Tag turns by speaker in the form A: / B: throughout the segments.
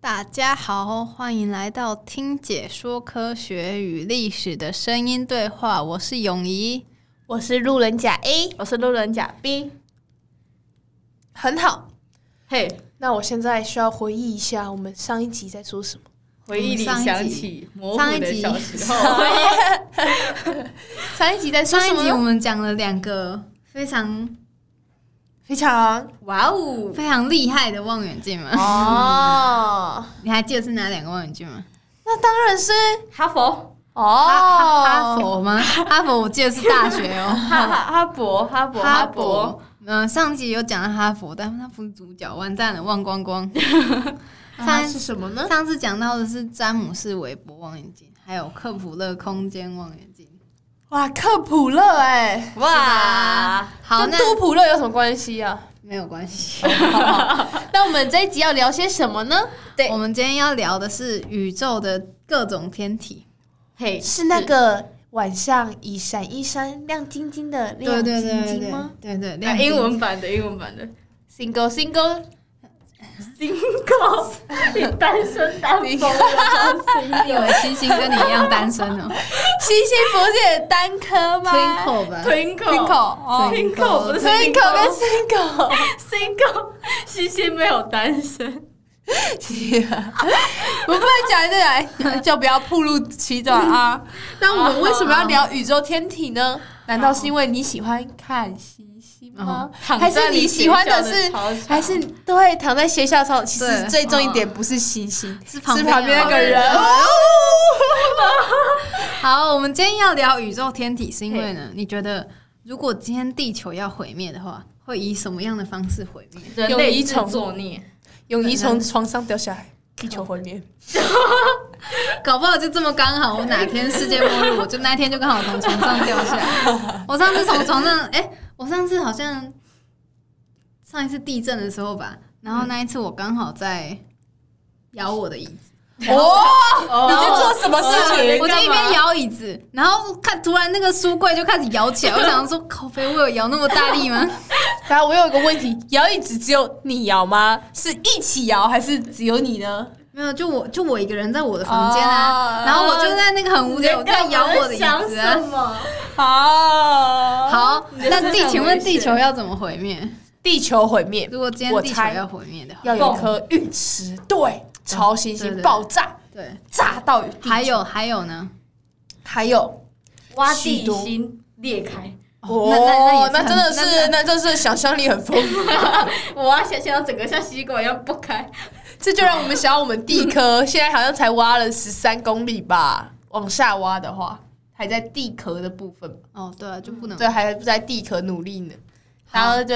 A: 大家好，欢迎来到听解说科学与历史的声音对话，我是永怡。
B: 我是路人甲 A，
C: 我是路人甲 B。
B: 很好。
C: 嘿，
B: 那我现在需要回忆一下我们上一集在说什么。
C: 回忆里
A: 我们上
C: 想
A: 一集
C: 起模
A: 上
C: 糊
A: 一
C: 的
A: 集
C: 小时候，
B: 上一集在说
A: 上
B: 什
A: 一
B: 么
A: 集我
B: 呢？
A: 们讲了两个非常
B: 非常
C: 哇哦！
A: 非常厉害的望远镜嘛，
B: 哦，
A: 你还记得是哪两个望远镜吗？
B: 那当然是
C: 哈佛，
A: 哈哈
B: 哦，
A: 佛吗？哈佛，我记得是大学哦。
B: 嗯
C: 哈哈哈佛，哈佛，
A: 哈
C: 佛，
A: 佛，嗯、上集有讲到哈佛，但他不是主角，完蛋了，忘光 光。上
B: 它
A: 一
B: 啊是
A: 次
B: 什么呢？
A: 上次讲到的是詹姆士韦伯望远镜，还有克普勒空间望远镜。
B: 哇，克普勒哎，
C: 哇！
A: 好，
B: 跟
A: 那
B: 杜普勒有什么关系啊？
A: 没有关系。
B: 那我们这一集要聊些什么呢？
C: 对
A: 我们今天要聊的是宇宙的各种天体。
C: 嘿，
B: 是那个晚上一闪一闪亮晶晶的
A: 对
B: 亮
A: 对
B: 晶
A: 对对
B: 晶
A: 对
B: 吗
A: 对对，
C: 啊
A: 亮晶
C: 英文版的，英文版的，
B: ？Single single，
C: 金狗，你单身单疯了，
A: 你以为星星跟你一样单身 哦
B: 星星不是也单颗吗
A: ？Twinkle 吧，
C: Twinkle，Twinkle，
B: 哦
C: Twinkle，不是
B: Twinkle 跟 single。
C: Single，西西没有单身，
B: 我不能讲这来，就不要暴露其短啊。 那我们为什么要聊宇宙天体呢？ 难道是因为你喜欢看星星吗？
C: 躺
B: 还
C: 在
B: 是你喜欢的是
C: 学校的操场
B: 还是对躺在学校操？其
A: 对
B: 实最重一点不是星星，
A: 是
B: 哦是
A: 旁边
B: 旁边那个人。
A: 旁
B: 哦
A: 好，我们今天要聊宇宙天体，是因为呢，你觉得如果今天地球要毁灭的话，会以什么样的方式毁灭？
C: 人
B: 有
C: 类
B: 一
C: 自
B: 种
C: 作孽，
B: 泳衣从床上掉下来，地球毁灭。
A: 搞不好就这么刚好，我哪天世界末日，我就那天就刚好从床上掉下 来。我上次从床上，哎、我上次好像上一次地震的时候吧，然后那一次我刚好在摇我的椅子，
B: 哦，
C: 哦
B: 你在做什么事
C: 哦
B: 情？
A: 我就一边
C: 干嘛
A: 摇椅子，然后看突然那个书柜就开始摇起来，我想说，靠北，我有摇那么大力 吗？
B: 然后我有一个问题：摇椅子只有你摇吗？是一起摇还是只有你呢？
A: 没有，就我就我一个人在我的房间啊，
B: 哦
A: 然后我就在那个很无聊，我在摇我的椅
C: 想
A: 子啊
C: 什。么？
B: 好，
A: 好，
C: 你的
A: 那
C: 思
A: 地，
C: 想
A: 请问
C: 危
A: 地
C: 险
A: 球要怎么毁灭？
B: 地球毁灭
A: 如果今天
B: 我
A: 地球
B: 猜
A: 要毁灭的话，
B: 要有一颗陨石，对，超新
A: 对
B: 星
A: 对
B: 爆炸，
A: 对，
B: 炸到地球
A: 还有还有呢？
B: 还有，
C: 挖
B: 许
C: 地
B: 多
C: 心裂开，
A: 哦那那那也是
B: 那
A: 很
B: 真的
A: 那
B: 是，那真是想象力很丰富。
C: 我要想象整个像吸管一样爆开，
B: 这就让我们想到我们地 科，现在好像才挖了十三公里吧，往下挖的话，还在地壳的部分，
A: 哦，对啊，就不能
B: 对，还在地壳努力呢。然后就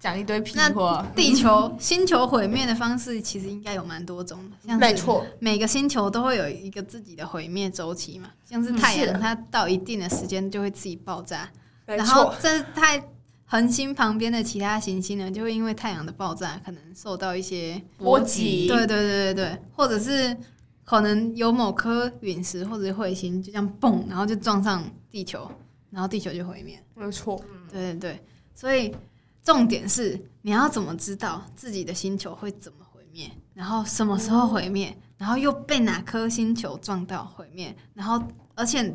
B: 讲一堆屁
A: 那
B: 话，
A: 地球星球毁灭的方式其实应该有蛮多种的，像是
B: 没错，
A: 每个星球都会有一个自己的毁灭周期嘛，像是太
B: 嗯是
A: 阳，
B: 的
A: 它到一定的时间就会自己爆炸，
B: 没
A: 然后
B: 错，
A: 这太恒星旁边的其他行星呢，就会因为太阳的爆炸，可能受到一些
B: 波及
A: 对对对对对，或者是可能有某颗陨石或者是彗星就这样蹦，然后就撞上地球，然后地球就毁灭。
B: 没错，
A: 对对对，所以重点是你要怎么知道自己的星球会怎么毁灭，然后什么时候毁灭，然后又被哪颗星球撞到毁灭，然后而且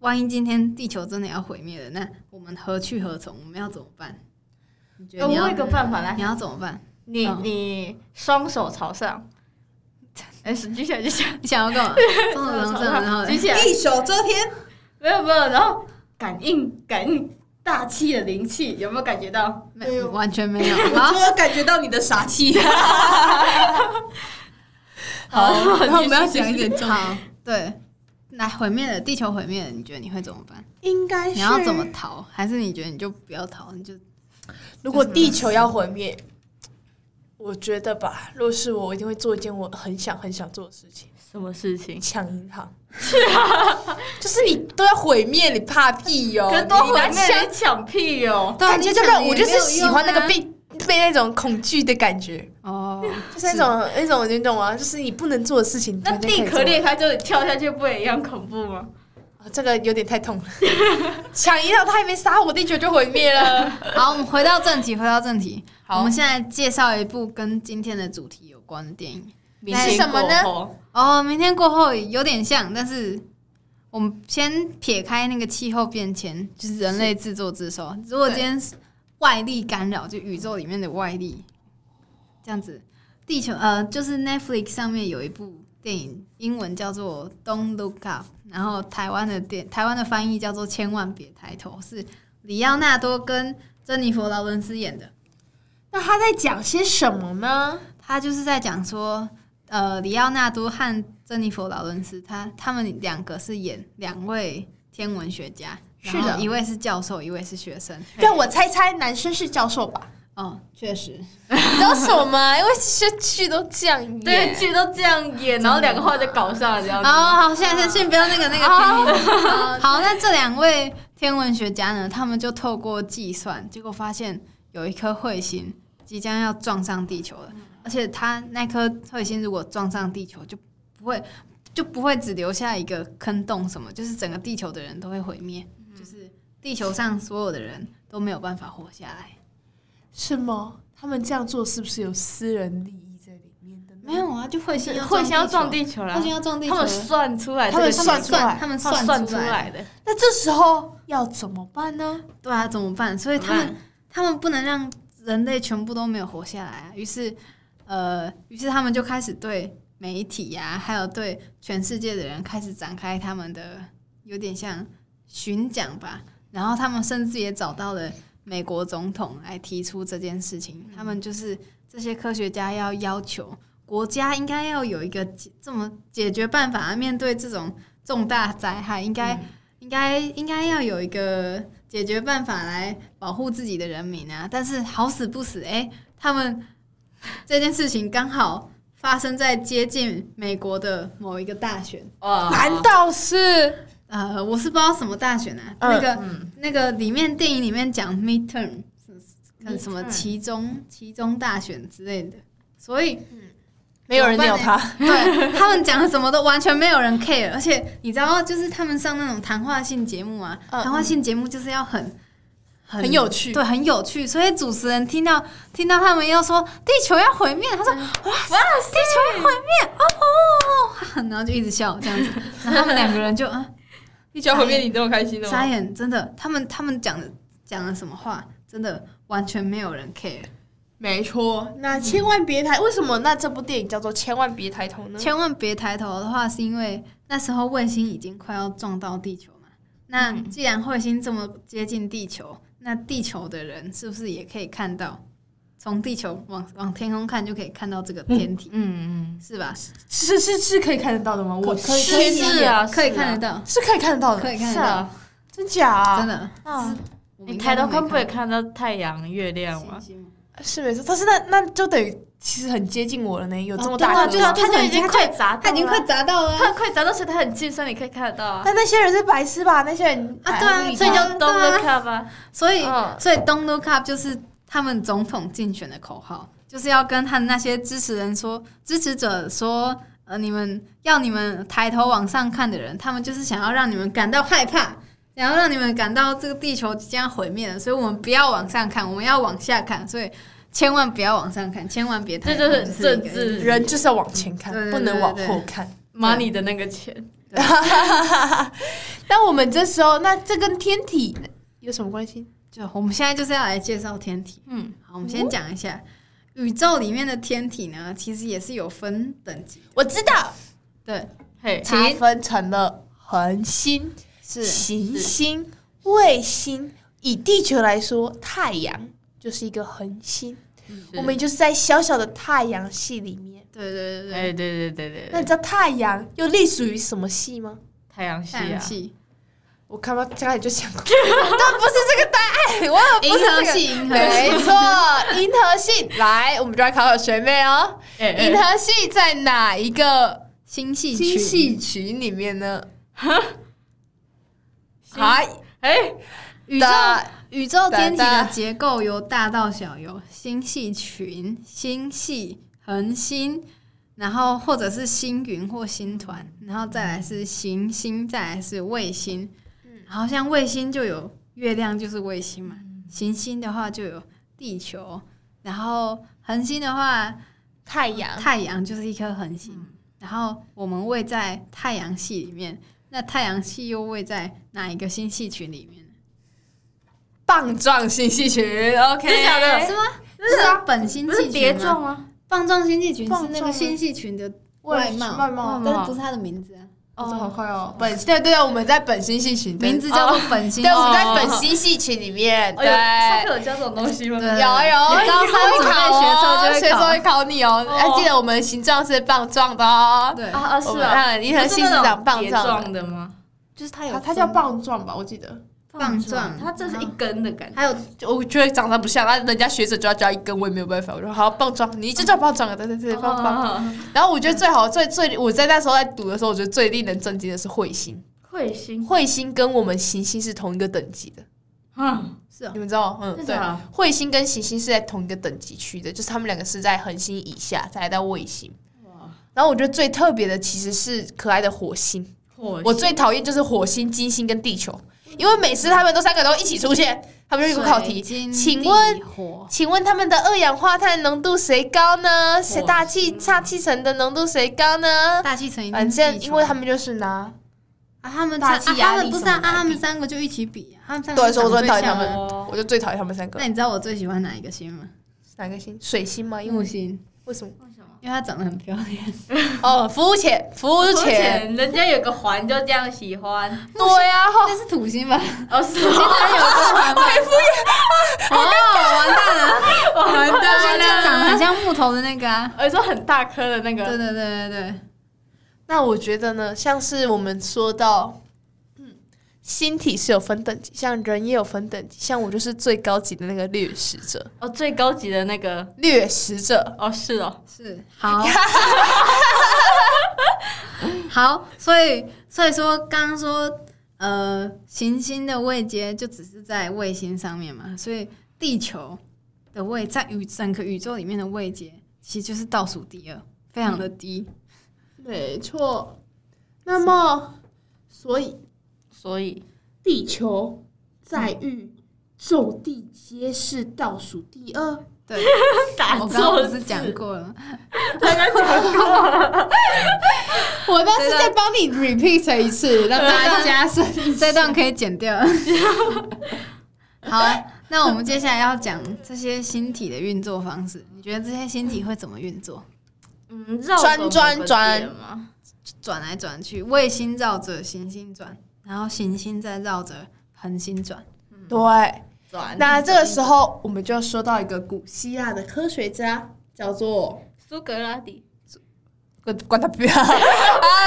A: 万一今天地球真的要毁灭了，那我们何去何从？我们要怎么办？你觉得
C: 我
A: 你要
C: 有一个办法来
A: 你，要怎么办？
C: 你
A: 嗯
C: 你双手朝上，哎，是举起来举起来，
A: 你想要干嘛？撞 了撞上，然后
C: 举 起来，
B: 一手遮天，
C: 没有没有，然后感应感应大气的灵气，有没有感觉到？
A: 没完全没有。好，
B: 有感觉到你的傻气。好，然后我们要讲一点重点，
A: 好，对，来毁灭了，地球毁灭了，你觉得你会怎么办？
B: 应该
A: 你要怎么？逃？还是你觉得你就不要逃，你就
B: 如果地球要毁灭，我觉得吧，若是我，我一定会做一件我很想很想做的事情
C: 什么
B: ——
C: 事情？
B: 抢银 行。就是你都要毁灭，你怕屁哟、
C: 可
B: 你
C: 是多毁
B: 拿
C: 灭
B: 枪
C: 人抢屁哦哟！
A: 对啊
B: 感觉就
A: 你
B: 没有，
A: 抢
B: 我
A: 也
B: 就
A: 没
B: 是
A: 有
B: 喜
A: 用
B: 欢那
A: 啊
B: 个被被那种恐惧的感觉，
A: 哦，
B: 就是那种那种你懂吗？就是你不能做的事情，
C: 那地壳
B: 壳
C: 裂开之后你跳下去，不也一样恐怖吗？
B: 啊，这个有点太痛了。 抢银行他还没杀我，地球就毁灭了。
A: 好，我们回到正题，回到正题。
B: 好
A: 我们现在介绍一部跟今天的主题有关的电影，
B: 明天什么呢
C: 过后？
A: 哦，明天过后有点像，但是我们先撇开那个气候变迁，就是人类自作自受。如果今天是外力干扰，就宇宙里面的外力，这样子，地球呃，就是 Netflix 上面有一部电影，英文叫做《Don't Look Up》，然后台湾的电台湾的翻译叫做《千万别抬头》，是里奥纳多跟珍妮佛劳伦斯演的。
B: 那他在讲些什么呢？
A: 他就是在讲说，呃，里奥纳多和珍妮佛劳伦斯，他他们两个是演两位天文学家，
B: 是的
A: 然后一位是教授，一位是学生。
B: 让我猜猜，男生是教授吧？
A: 哦，确实，
B: 你知道什么 吗？因为这些剧都这样演，
C: 对，剧都这样演，然后两个话就搞上了这样子。
A: 哦好好，现在先不要那个那个
B: 啊
A: 天文嗯好，那这两位天文学家呢，他们就透过计算，结果发现有一颗彗星即将要撞上地球了，而且它那颗彗星如果撞上地球，就不会就不会只留下一个坑洞什么，就是整个地球的人都会毁灭，就是地球上所有的人都没有办法活下来。
B: 是吗？他们这样做是不是有私人利益在里面的呢？
A: 没有啊，就彗星要
C: 彗星要撞
A: 地
C: 地球
A: 球，
C: 了
A: 彗，星要撞地球
C: 他
A: 了，啊
C: 们算出来这
B: 他
C: 个
B: 们
C: 结果，
B: 算出来
A: 他们
C: 他们
A: 算
C: 算
A: 出
C: 出
A: 来
C: 来的，
B: 那这时候要怎么办呢？
A: 对啊，怎么办？所以他
C: 怎
A: 们
C: 么办
A: 他们不能让人类全部都没有活下来啊。于是，呃，于是他们就开始对媒体呀、还有对全世界的人开始展开他们的有点像巡讲吧。然后他们甚至也找到了美国总统来提出这件事情。
C: 嗯
A: 他们就是这些科学家要要求国家应该要有一个解这么解决办法啊，面对这种重大灾害，应该、应该应该要有一个解决办法来保护自己的人民啊。但是好死不死，哎、他们 这件事情刚好发生在接近美国的某一个大选。
C: 哇
B: 难道是
A: 呃，我是不知道什么大选啊，
B: 嗯
A: 那个、那个里面电影里面讲 midterm，看什么
C: Midterm
A: 其中其中大选之类的，所以
B: 没有人鸟他？
A: 对他们讲的什么都完全没有人 care，而且你知道，就是他们上那种谈话性节目啊，
B: 嗯
A: 谈话性节目就是要很。
B: 很有趣
A: 对，很有趣。所以主持人听到听到他们要说地球要毁灭，他说哇塞，地球要毁灭哦哦，哦然后就一直笑这样子，然后他们两个 人就啊
C: 地球毁灭你这么开心哦的
A: 傻
C: 吗？
A: 眼，真的，他们他们讲的讲了什么话，真的完全没有人 care。
B: 没错，那千万别抬。为什么那这部电影叫做《千万别抬头》
C: 嗯
B: 呢？
A: 千万别抬头的话，是因为那时候卫星已经快要撞到地球嘛。那既然彗星这么接近地球，那地球的人是不是也可以看到？从地球往往天空看，就可以看到这个天体，
C: 嗯嗯，
A: 是吧？
B: 是是是可以看得到的吗？我
C: 可以
B: 是
C: 可以是啊
A: 可以
C: 是啊
A: 看得到，
B: 是可以看得到的，
A: 可以看
C: 是
A: 得到，
C: 啊，
B: 真假啊？
A: 真的。
B: 啊，
A: 我们
C: 你
A: 应
C: 抬
A: 该
C: 头
A: 都没
C: 看不也看到太阳、月亮
A: 到
C: 吗？
A: 星星？
B: 是没错。但是那那就等于其实很接近我了呢，有这么
A: 哦
B: 大
A: 对啊
B: 的
A: 就
B: 落
A: 是
B: 差
A: 它已经快
C: 砸
A: 它已经快 砸到了啊，
C: 它快砸到，所以它很近，所以你可以看得到啊。
B: 但那些人是白痴吧？那些人
A: 啊对啊
B: 哎
C: 所以
A: 这
C: 就
A: 对啊
C: don't look up 啊，
A: 所以，
C: 嗯
A: 所以 Don't Look Up 就是他们总统竞选的口号，就是要跟他那些支持人说，支持者说，呃，你们要你们抬头往上看的人，他们就是想要让你们感到害怕，想要让你们感到这个地球即将毁灭了，所以我们不要往上看，我们要往下看，所以千万不要往上看，千万别抬头，
C: 这就是
A: 一个
C: 政治
B: 人就是要往前看
A: 对，对对
B: 不能往后看。
C: 妈你的那个钱，
B: 那我们这时候，那这跟天体有什么关系？
A: 就我们现在就是要来介绍天体。
C: 嗯，
A: 好，我们先讲一下、宇宙里面的天体呢，其实也是有分等级，
B: 我知道，
A: 对，
C: 嘿，
B: 它分成了恒星、
A: 是
B: 行星、卫星。以地球来说，太阳就是一个恒星，我们就是在小小的太阳系里面。
A: 对对对对，
C: 哎，对对对对
B: 那
C: 对，
B: 你知道太阳又隶属于什么系吗？
C: 太阳系
A: 太阳
C: 啊，
A: 系、
B: 我看到家里就想 过，但不是这个答案，我也
A: 银
B: 哦不是这
A: 河
B: 个
A: 系、银河
B: 没
A: 系，
B: 错，银河系来，我们就来考考学妹哦。
C: 哎哎
B: 银河系在哪一个
A: 嗯星系
B: 星
A: 群
B: 系群里面呢？
C: 星
B: 好，
C: 哎，
A: 宇宙
B: 的
A: 宇宙天体
B: 哒
A: 的
B: 哒
A: 结构由大到小有星系群、星系、恒星，然后或者是星云或星团，然后再来是行星，再来是卫星。
C: 嗯
A: 然后像卫星就有月亮，就是卫星嘛。行星的话就有地球，然后恒星的话，
B: 太阳，
A: 太阳就是一颗恒星，
C: 嗯
A: 然后我们位在太阳系里面，那太阳系又位在哪一个星系群里面呢？
B: 棒状星系群，OK，
C: 真的假的哎
A: 是吗？
C: 是啊
A: 是本星
C: 不
A: 系
C: 是碟
A: 群吗？
C: 状吗？
A: 棒状星系群
B: 棒
A: 是那
B: 状
A: 个
B: 吗
A: 星系群的
B: 外
A: 外貌，
B: 外
C: 哦
B: 貌
A: 但是不是它的名字啊？
B: 哦，好快哦！本对对对，我们在本星系群
A: 名字叫
B: 哦
A: 做本星系哦
B: 对，我们在
A: 群
B: 本星系群里面，
A: 哦
C: 哎
B: 对，
C: 呦，上课有教这种东西吗？
A: 对
B: 有有，
A: 嗯高三
B: 会
A: 准备
B: 考哦，
A: 学测就会考
B: 学测会考你哦。
C: 哦
B: 还记得我们形状是棒状的哦，
A: 对
C: 啊，啊，
B: 我
C: 是
B: 们
C: 啊，
B: 让你和新市长棒
C: 碟
B: 状的，
C: 状的吗？
A: 就是它有
B: 它
A: 分
B: 它叫，棒状吧？我记得，
A: 棒状
C: 它这是一根的感觉。
A: 还有
B: 就我觉得长得不像，那人家学者就要加一根，我也没有办法。我说好棒状，你就叫棒状啊，对对对，棒状。
C: 哦
B: 然后我觉得最好最最我在那时候在读的时候，我觉得最令人震惊的是彗星，
C: 彗星，
B: 彗星跟我们行星是同一个等级的，
C: 嗯，
A: 是哦
B: 你们知道？嗯
C: 这，是
B: 对。
C: 啥？
B: 彗星跟行星是在同一个等级区的，就是他们两个是在恒星以下，才来到卫星。
C: 哇
B: 然后我觉得最特别的其实是可爱的火星，
C: 火
B: 我最讨厌就是火星、金星跟地球，因为每次他们都三个都一起出现，他们就有个考
A: 水
B: 题，
A: 晶
B: 请
A: 地
B: 问
A: 火
B: 请问他们的二氧化碳浓度谁高呢？谁
C: 火
B: 大气
C: 星
B: 大气层的浓度谁高呢？
A: 大气层一定
B: 反
A: 是地
B: 正因为
A: 球
B: 他们就是拿，
A: 啊，他们
B: 大
A: 三
B: 气
A: 啊，
B: 压
A: 他们
B: 力
A: 不
B: 什
A: 是
B: 么
A: 啊，
B: 来
A: 啊他们
B: 比
A: 三个就一起比啊，他们三个
B: 对，
A: 就
B: 所以我
A: 长
B: 最
A: 最
B: 讨厌他
A: 像
B: 们
A: 啊。
C: 哦，
B: 我就最讨厌他们三个
A: 那。你知道我最喜欢哪一个星吗？
B: 哪个星？水星吗？因
A: 木
B: 为
A: 星，
B: 为什么？
C: 为什么？
A: 因为它长得很漂亮。
B: 哦，肤浅，肤
C: 而
B: 浅。
C: 且人家有个环就这样喜欢，
B: 对呀、啊，
A: 那是土星吧？
C: 哦，是 吗？
A: 哦，完蛋了，
B: 完
A: 它就长
B: 啊
A: 得很像木头的那个啊。
C: 耳朵很大颗的
A: 对
C: 那个，
A: 对对对对，
B: 那我觉得呢，像是我们说到，嗯，星体是有分等级，像人也有分等级，像我就是最高级的那个掠食者，
C: 哦，最高级的那个，
B: 掠食者。
C: 哦，是哦，
A: 是 好。好，所以所以说，刚刚说呃，行星的位阶就只是在卫星上面嘛，所以地球的位在宇整个宇宙里面的位阶其实就是倒数第二，非常的低。
B: 没错。那么，所以
C: 所以
B: 地球
A: 在
B: 宇宙地皆是倒数第二。
A: 对，
C: 打
A: 我刚刚
C: 错
A: 不是讲
C: 字，
A: 过了 吗？
B: 我那是再帮你 repeat 一 次，让大家加深。
A: 这段可以剪掉。 好、啊，那我们接下来要讲这些星体的运作方式。你觉得这些星体会怎么运作？
C: 嗯，绕
B: 转
C: 个
B: 转
C: 某个
B: 转
C: 点吗？
A: 转来转去，卫星绕着行星转，然后行星再绕着恒星转。
B: 对，
C: 转。
B: 那这个时候我们就说到一个古希腊的科学家，叫做
C: 苏格拉底，
B: 管管他不要 啊，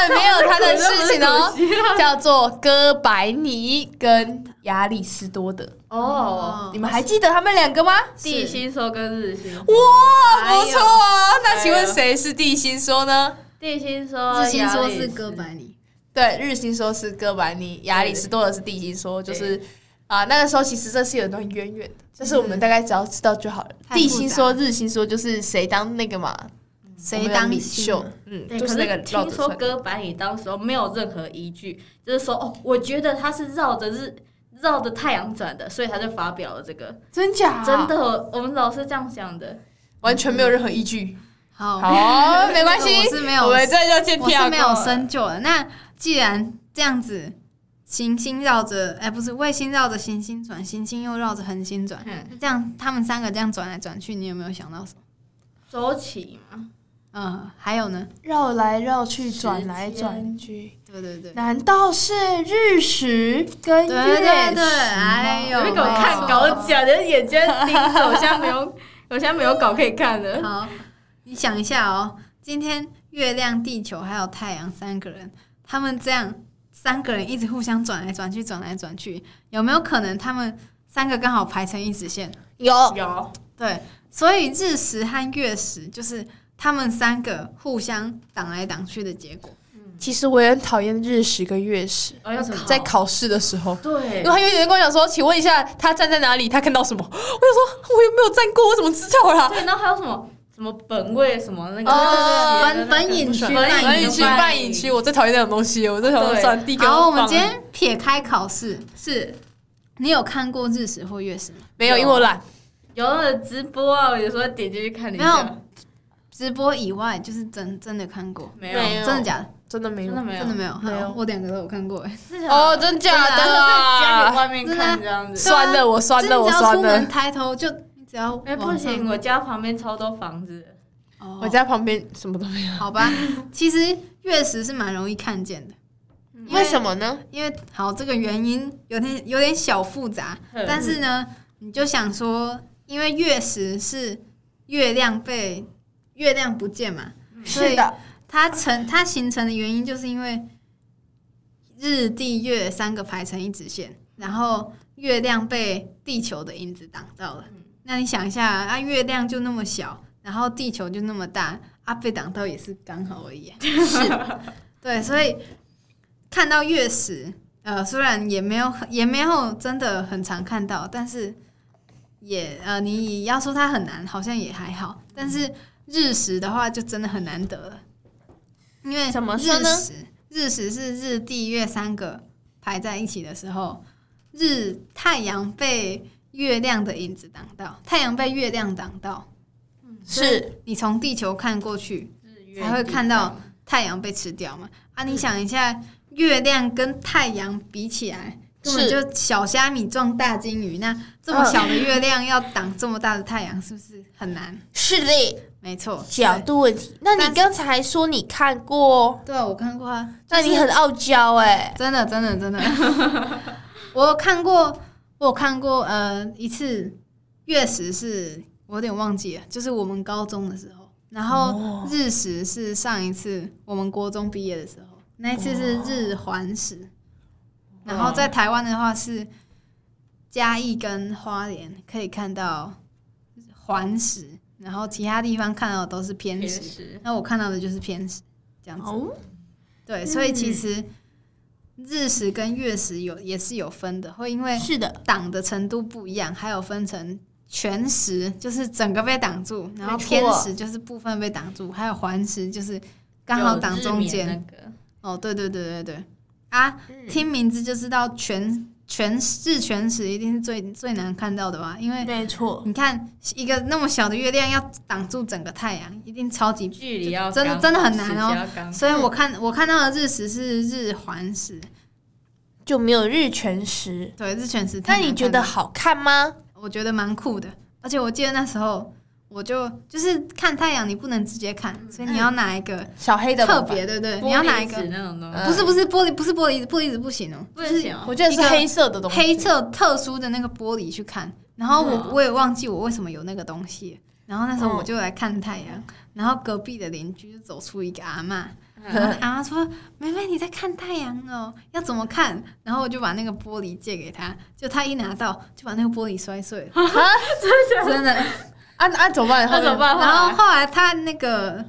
B: 没有他的事情哦，
C: 啊
B: 叫做哥白尼跟亚里士多德，
C: 哦，
B: 你们还记得他们两个吗？
C: 地心说跟日心，
B: 哇，不错啊！
C: 哎
B: 那
C: 呦
B: 请问谁是地心说呢？
C: 地心说，
A: 日心说
C: 亚
A: 是
C: 里士
A: 哥，白尼，
B: 哦对，日心说是哥白尼，亚里士多德是地心说，
C: 对
B: 就是啊，那个时候其实这是有一段渊源的，就是我们大概只要知道就好了。
C: 嗯
A: 太复杂
B: 地心说、日心说就是谁当那个嘛，
A: 谁当
B: 领
A: 星
B: 袖
A: 啊？？
B: 嗯，
C: 对，
B: 就
C: 可
B: 是那个
C: 是
B: 绕
C: 听
B: 着
C: 说
B: 转。
C: 哥白尼当时候没有任何依据，就是说哦，我觉得他是绕着日绕着太阳转的，所以他就发表了这个。
B: 真假
C: 真的，我们老师这样想的。
B: 完全没有任何依据。
A: 好，
B: 好，哦没关系，
A: 哦我是没有
B: 我们这就先
A: 我
B: 跳
A: 是没有
B: 过。
A: 深究的。那既然这样子，行星绕着，哎、不是卫星绕着行星转，行星又绕着恒星转，
C: 嗯，
A: 这样他们三个这样转来转去，你有没有想到什么？
C: 周期嘛，
A: 嗯，还有呢？
B: 绕来绕去，
C: 间
B: 转来转去，
A: 对对对，
B: 难道是日食跟
A: 对
B: 月
A: 对
B: 食
A: 对，
B: 吗？
A: 哎呦，
C: 有没有给我看稿？我假的眼睛盯着，我现在没有，我现在没有稿可以看 了。
A: 好，你想一下哦，今天月亮、地球还有太阳三个人，他们这样三个人一直互相转来转去，转来转去，有没有可能他们三个刚好排成一直线？
B: 有
C: 有，
A: 对，所以日食和月食就是他们三个互相挡来挡去的结果。
B: 其实我也很讨厌日食跟月食，
C: 哦，要考
B: 在考试的时候。
C: 对
B: 因为，他有点跟我讲说，请问一下，他站在哪里？他看到什么？我想说，我又没有站过，我怎么知道啊啦？
C: 对，然后还有什么什么本位什么那个
B: 哦
C: 那个
A: 本本隐区
C: 那个
A: 半
B: 反
A: 隐
B: 隐
A: 区
B: 区、
A: 半
B: 半隐区，我最讨厌这种东西，我最讨厌
C: 对
B: 算第一个
A: 好，我们
B: 放
A: 今天撇开考试，
C: 是
A: 你有看过日食或月食吗？
B: 没有，因为我懒。
C: 有那个直播啊，我有时候点进去看一
A: 没有
C: 下。
A: 直播以外，就是真真的看过，
C: 没
B: 没
C: 有，
B: 有
A: 真的假的？
B: 真的没有
C: 真的。没有，啊
A: 真的没有，
B: 没有
A: 我两个都有看过哎。
C: 真的
B: 哦，，真假
C: 真
B: 的
C: 的在家
B: 啊
C: 里？外面
A: 真的啊
C: 看这样子。
B: 酸了，我酸
A: 就是
B: 了，
A: 你
B: 我
A: 只要
B: 酸
A: 出
B: 了
A: 门。抬头就你只要
C: 哎，不
A: 往上
C: 行，我家旁边超多房子，
A: 哦
B: 我家旁边什么都没有，
A: 好吧，其实月食是蛮容易看见的，
C: 嗯
A: 因
B: 为什么呢？
A: 因为好这个原因有点有点小复杂，
C: 嗯
A: 但是呢，你就想说，因为月食是月亮被月亮不见嘛，
C: 嗯
A: 所以
B: 的，
A: 它成它形成的原因就是因为日、地、月三个排成一直线，然后月亮被地球的影子挡到了
C: 嗯。
A: 那你想一下啊，月亮就那么小，然后地球就那么大，啊，被挡到也是刚好而 已啊。是，对，所以看到月食，呃，虽然也没有很也没有真的很常看到，但是也呃，你要说它很难，好像也还好，但是。日食的话就真的很难得了，因为
B: 怎么说
A: 日
B: 呢
A: 食日食是日地月三个排在一起的时候，日太阳被月亮的影子挡到，太阳被月亮挡到，
B: 嗯是
A: 你从地球看过去
C: 日月
A: 才会看到太阳被吃掉嘛？啊，你想一下，月亮跟太阳比起来。根本
B: 是
A: 就小虾米撞大金鱼，那这么
B: 嗯
A: 小的月亮要挡这么大的太阳，是不是很难？
B: 是的，
A: 没错，
B: 角度问题。那
A: 但是
B: 你刚才说你看过，
A: 对，对啊我看过啊。
B: 那
A: 就是
B: 你很傲娇哎。
A: 真的，真的，真的， 我有看过，我有看过，呃，一次月食是我有点忘记了，就是我们高中的时候，然后
B: 哦
A: 日食是上一次我们国中毕业的时候，那一次是日环食，然后在台湾的话是嘉义跟花莲可以看到环食，然后其他地方看到的都是偏
C: 天
A: 食，
C: 使，
A: 那我看到的就是偏食，这样子。
B: 哦，
A: 对，所以
B: 嗯
A: 其实日食跟月食有也是有分的，会因为
B: 是的，
A: 挡的程度不一样，还有分成全食，就是整个被挡住，然后
B: 没错
A: 偏食就是部分被挡住，还有环食就是刚好挡中间。哦，对对对对对，啊，
B: 嗯
A: 听名字就知道全全日全食一定是最最难看到的吧？因为
B: 没错，
A: 你看一个那么小的月亮要挡住整个太阳，一定超级
C: 距离要
A: 真的
C: 刚
A: 真的很难哦
C: 时间要刚
A: 所以我看我看到的日食是日环食，
B: 就没有日全食。
A: 对日全食太难看
B: 那
A: 了。
B: 你觉得好看吗？
A: 我觉得蛮酷的，而且我记得那时候我就就是看太阳，你不能直接看，所以你要拿一个
B: 小嗯黑的
A: 特
B: 吧，
A: 别，对不对？你要拿一
C: 玻璃纸
A: 个，呃
C: 那种东西，
B: 嗯
A: 不是不是玻璃，不是玻璃，玻璃纸不行哦，
C: 不行哦
B: 我觉得是
A: 一个
B: 黑色的东西，
A: 黑色特殊的那个玻璃去看。然后我
C: 嗯
A: 我也忘记我为什么有那个东西，然后那时候
B: 嗯
A: 我就来看太阳，然后隔壁的邻居就走出一个阿嬷，
C: 嗯
A: 然后阿妈说：“妹妹，你在看太阳哦，要怎么看？”然后我就把那个玻璃借给她，就她一拿到就把那个玻璃摔碎 了，真的。
B: 啊啊，怎么办？
C: 那怎么？办？
A: 然后后来她那个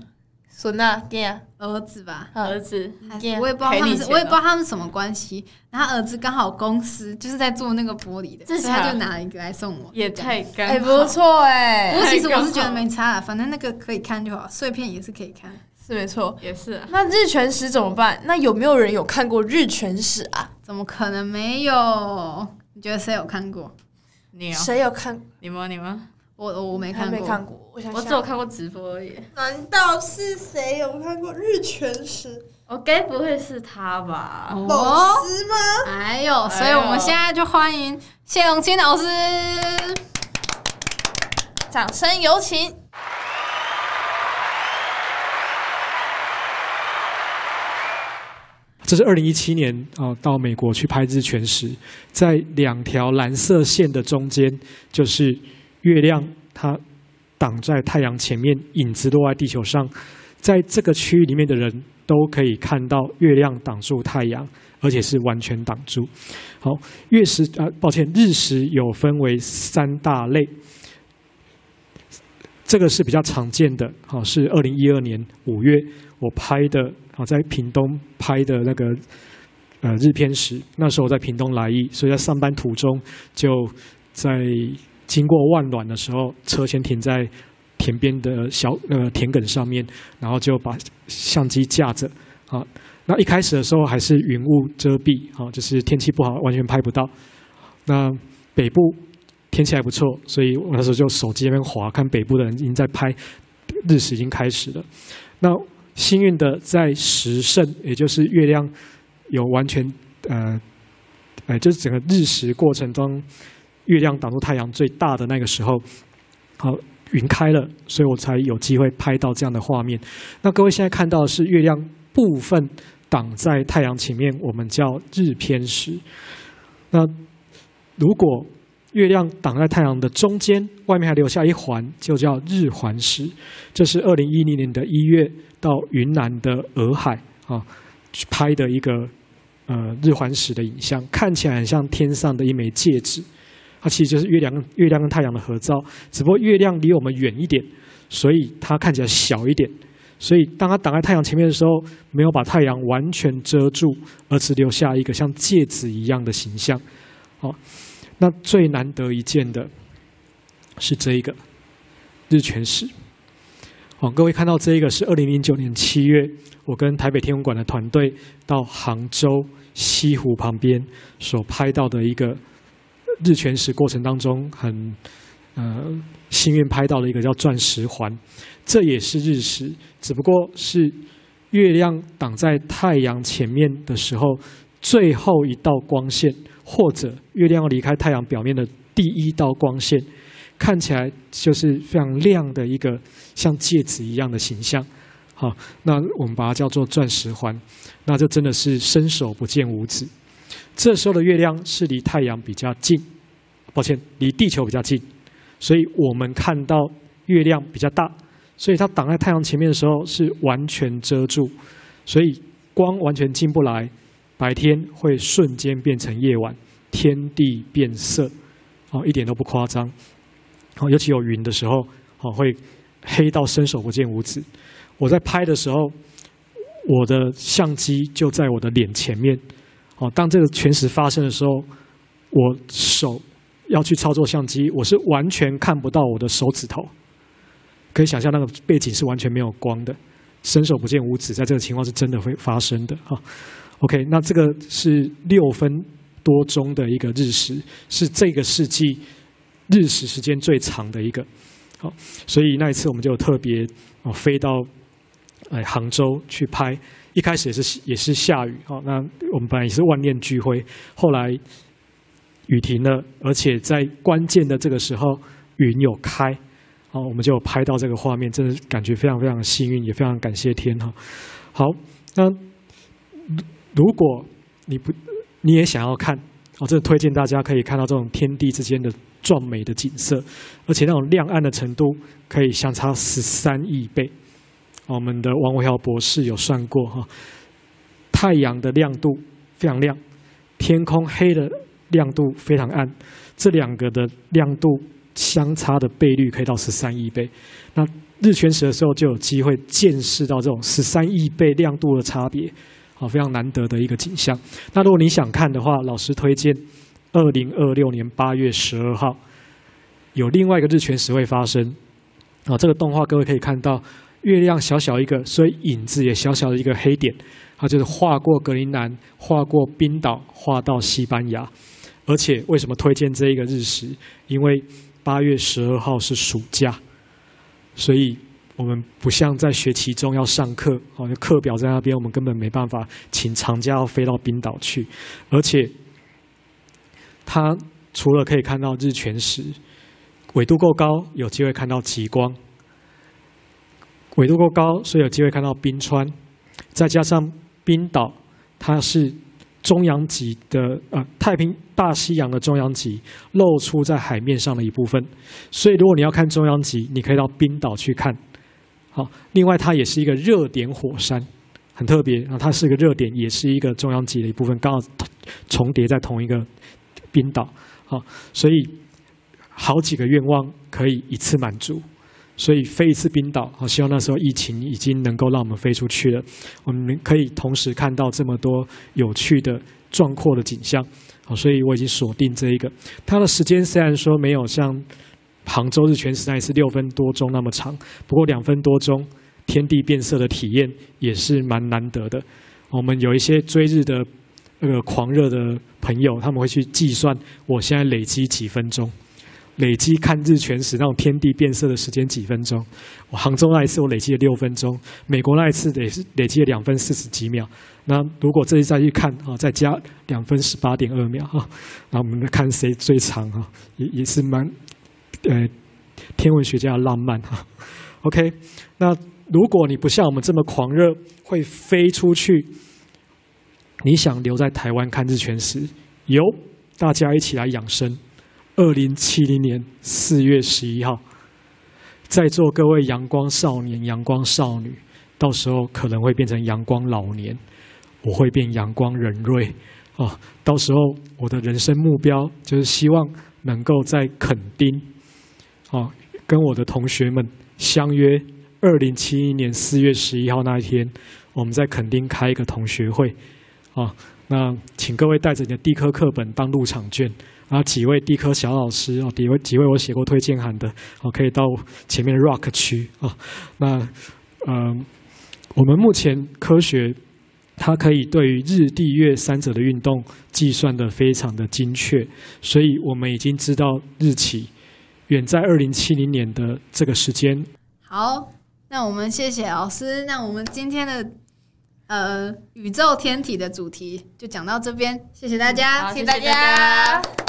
B: 孙啊，对啊，
A: 儿子吧，
C: 儿子，
A: 还
B: 对
A: 我也不知道他
C: 赔
A: 们
C: 嗯你
A: 是，
C: 钱
A: 我也不知
C: 了
A: 道他们什么关系。然后儿子刚好公司就是在做那个玻璃的，所
C: 这
A: 以他
C: 啥
A: 就拿一个来送我。
C: 啊也太刚
B: 哎，
C: 好
B: 不错哎
A: 不，过其实我
C: 刚
A: 是觉得
C: 好
A: 没差啊啦，反正那个可以看就好，碎片也是可以看。
B: 是没错。
C: 也是啊，
B: 那日全食怎么办？那有没有人有看过日全食啊？
A: 怎么可能没有？你觉得谁有看过？
C: 你哦，
B: 谁有看？
C: 你吗？你吗？
A: 我我没
B: 还
A: 看
B: 没
A: 过，
B: 看过，我想
C: 我只有看过直播而已，
B: 难道是谁有看过日全食？
C: 我该不会是他吧？
A: 哦。
B: 师吗？
A: 哎呦，所以我们现在就欢迎谢龙清老师。
B: 掌声有请。
D: 这是二零一七年啊、到美国去拍日全食，在两条蓝色线的中间，就是月亮它挡在太阳前面，影子落在地球上，在这个区域里面的人都可以看到月亮挡住太阳，而且是完全挡住。好，月食啊、抱歉，日食有分为三大类。这个是比较常见的，好，是二零一二年五月我拍的，好在屏东拍的那个呃日偏食，那时候我在屏东来意，所以在上班途中就在经过万峦的时候，车先停在田边的小呃田埂上面，然后就把相机架着，好，那一开始的时候还是云雾遮蔽，好，就是天气不好完全拍不到，那北部。天气还不错，所以我那时候就手机在那边滑，看北部的人已经在拍日食已经开始了。那幸运的在食盛，也就是月亮有完全呃呃，就是整个日食过程中，月亮挡住太阳最大的那个时候，好。云开了，所以我才有机会拍到这样的画面。那各位现在看到的是月亮部分挡在太阳前面，我们叫日偏食。那如果月亮挡在太阳的中间，外面还留下一环，就叫日环食。这是二零一零年的一月到云南的洱海啊去拍的一个呃日环食的影像，看起来很像天上的一枚戒指。它其实就是月亮跟月亮跟太阳的合照，只不过月亮离我们远一点，所以它看起来小一点。所以当它挡在太阳前面的时候，没有把太阳完全遮住，而只留下一个像戒指一样的形象。好，那最难得一见的是这一个日全食。好，哦各位看到这一个是二零零九年七月，我跟台北天文馆的团队到杭州西湖旁边所拍到的一个。日全食过程当中很呃幸运拍到了一个叫钻石环，这也是日食，只不过是月亮挡在太阳前面的时候最后一道光线，或者月亮要离开太阳表面的第一道光线，看起来就是非常亮的一个像戒指一样的形象。好，那我们把它叫做钻石环，那这真的是伸手不见五指。这时候的月亮是离太阳比较近，抱歉，离地球比较近，所以我们看到月亮比较大，所以它挡在太阳前面的时候是完全遮住，所以光完全进不来，白天会瞬间变成夜晚，天地变色，哦，一点都不夸张，哦，尤其有云的时候，哦，会黑到伸手不见五指。我在拍的时候，我的相机就在我的脸前面。哦，当这个全食发生的时候，我手要去操作相机，我是完全看不到我的手指头。可以想象那个背景是完全没有光的，伸手不见五指，在这个情况是真的会发生的哈、OK，那这个是六分多钟的一个日食，是这个世纪日食时间最长的一个。好，所以那一次我们就特别哦飞到哎杭州去拍。一开始也是也是下雨，哦，那我们本来也是万念俱灰，后来雨停了，而且在关键的这个时候云有开，哦，我们就拍到这个画面，真的感觉非常非常幸运，也非常感谢天哈。好，那如果你不你也想要看，我真的推荐大家可以看到这种天地之间的壮美的景色，而且那种亮暗的程度可以相差十三亿倍。哦我们的王维豪博士有算过哈，太阳的亮度非常亮，天空黑的亮度非常暗，这两个的亮度相差的倍率可以到十三亿倍。那日全食的时候就有机会见识到这种十三亿倍亮度的差别，好，非常难得的一个景象。那如果你想看的话，老师推荐二零二六年八月十二号有另外一个日全食会发生。啊，这个动画各位可以看到。月亮小小一个，所以影子也小小的一个黑点，它就是划过格陵兰，划过冰岛，划到西班牙。而且为什么推荐这一个日食？因为八月十二号是暑假，所以我们不像在学期中要上课，哦，课表在那边，我们根本没办法请长假要飞到冰岛去。而且，它除了可以看到日全食，纬度够高，有机会看到极光。纬度够高，所以有机会看到冰川。再加上冰岛，它是中洋极的呃太平大西洋的中洋极露出在海面上的一部分，所以如果你要看中央极，你可以到冰岛去看。好，另外它也是一个热点火山，很特别。然后它是一个热点，也是一个中央极的一部分，刚好重叠在同一个冰岛。好，所以好几个愿望可以一次满足。所以飞一次冰岛，好，希望那时候疫情已经能够让我们飞出去了，我们可以同时看到这么多有趣的、壮阔的景象。好，所以我已经锁定这一个。它的时间虽然说没有像杭州日全食那一次六分多钟那么长，不过两分多钟天地变色的体验也是蛮难得的。我们有一些追日的呃那个狂热的朋友，他们会去计算我现在累积几分钟。累积看日全食那种天地变色的时间几分钟。我杭州那一次我累积了六分钟，美国那一次累累积了两分四十几秒。那如果这一再去看啊，再加两分十八点二秒哈，那我们看谁最长哈，也也是蛮呃天文学家的浪漫哈。OK，那如果你不像我们这么狂热，会飞出去，你想留在台湾看日全食，有大家一起来养生。二零七零年四月十一号，在座各位阳光少年、阳光少女，到时候可能会变成阳光老年，我会变阳光人瑞哦。到时候我的人生目标就是希望能够在垦丁，哦，跟我的同学们相约二零七一年四月十一号那一天，我们在垦丁开一个同学会，哦，那请各位带着你的地科课本当入场券。然后几位地科小老师哦，几位几位我写过推荐函的哦，可以到前面的 Rock 区啊、哦。那呃，我们目前科学它可以对于日、地、月三者的运动计算的非常的精确，所以我们已经知道日期远在二零七零年的这个时间
A: 好，那我们谢谢老师。那我们今天的呃宇宙天体的主题就讲到这边，谢谢大家，
C: 嗯好，谢
A: 谢大
C: 谢大家。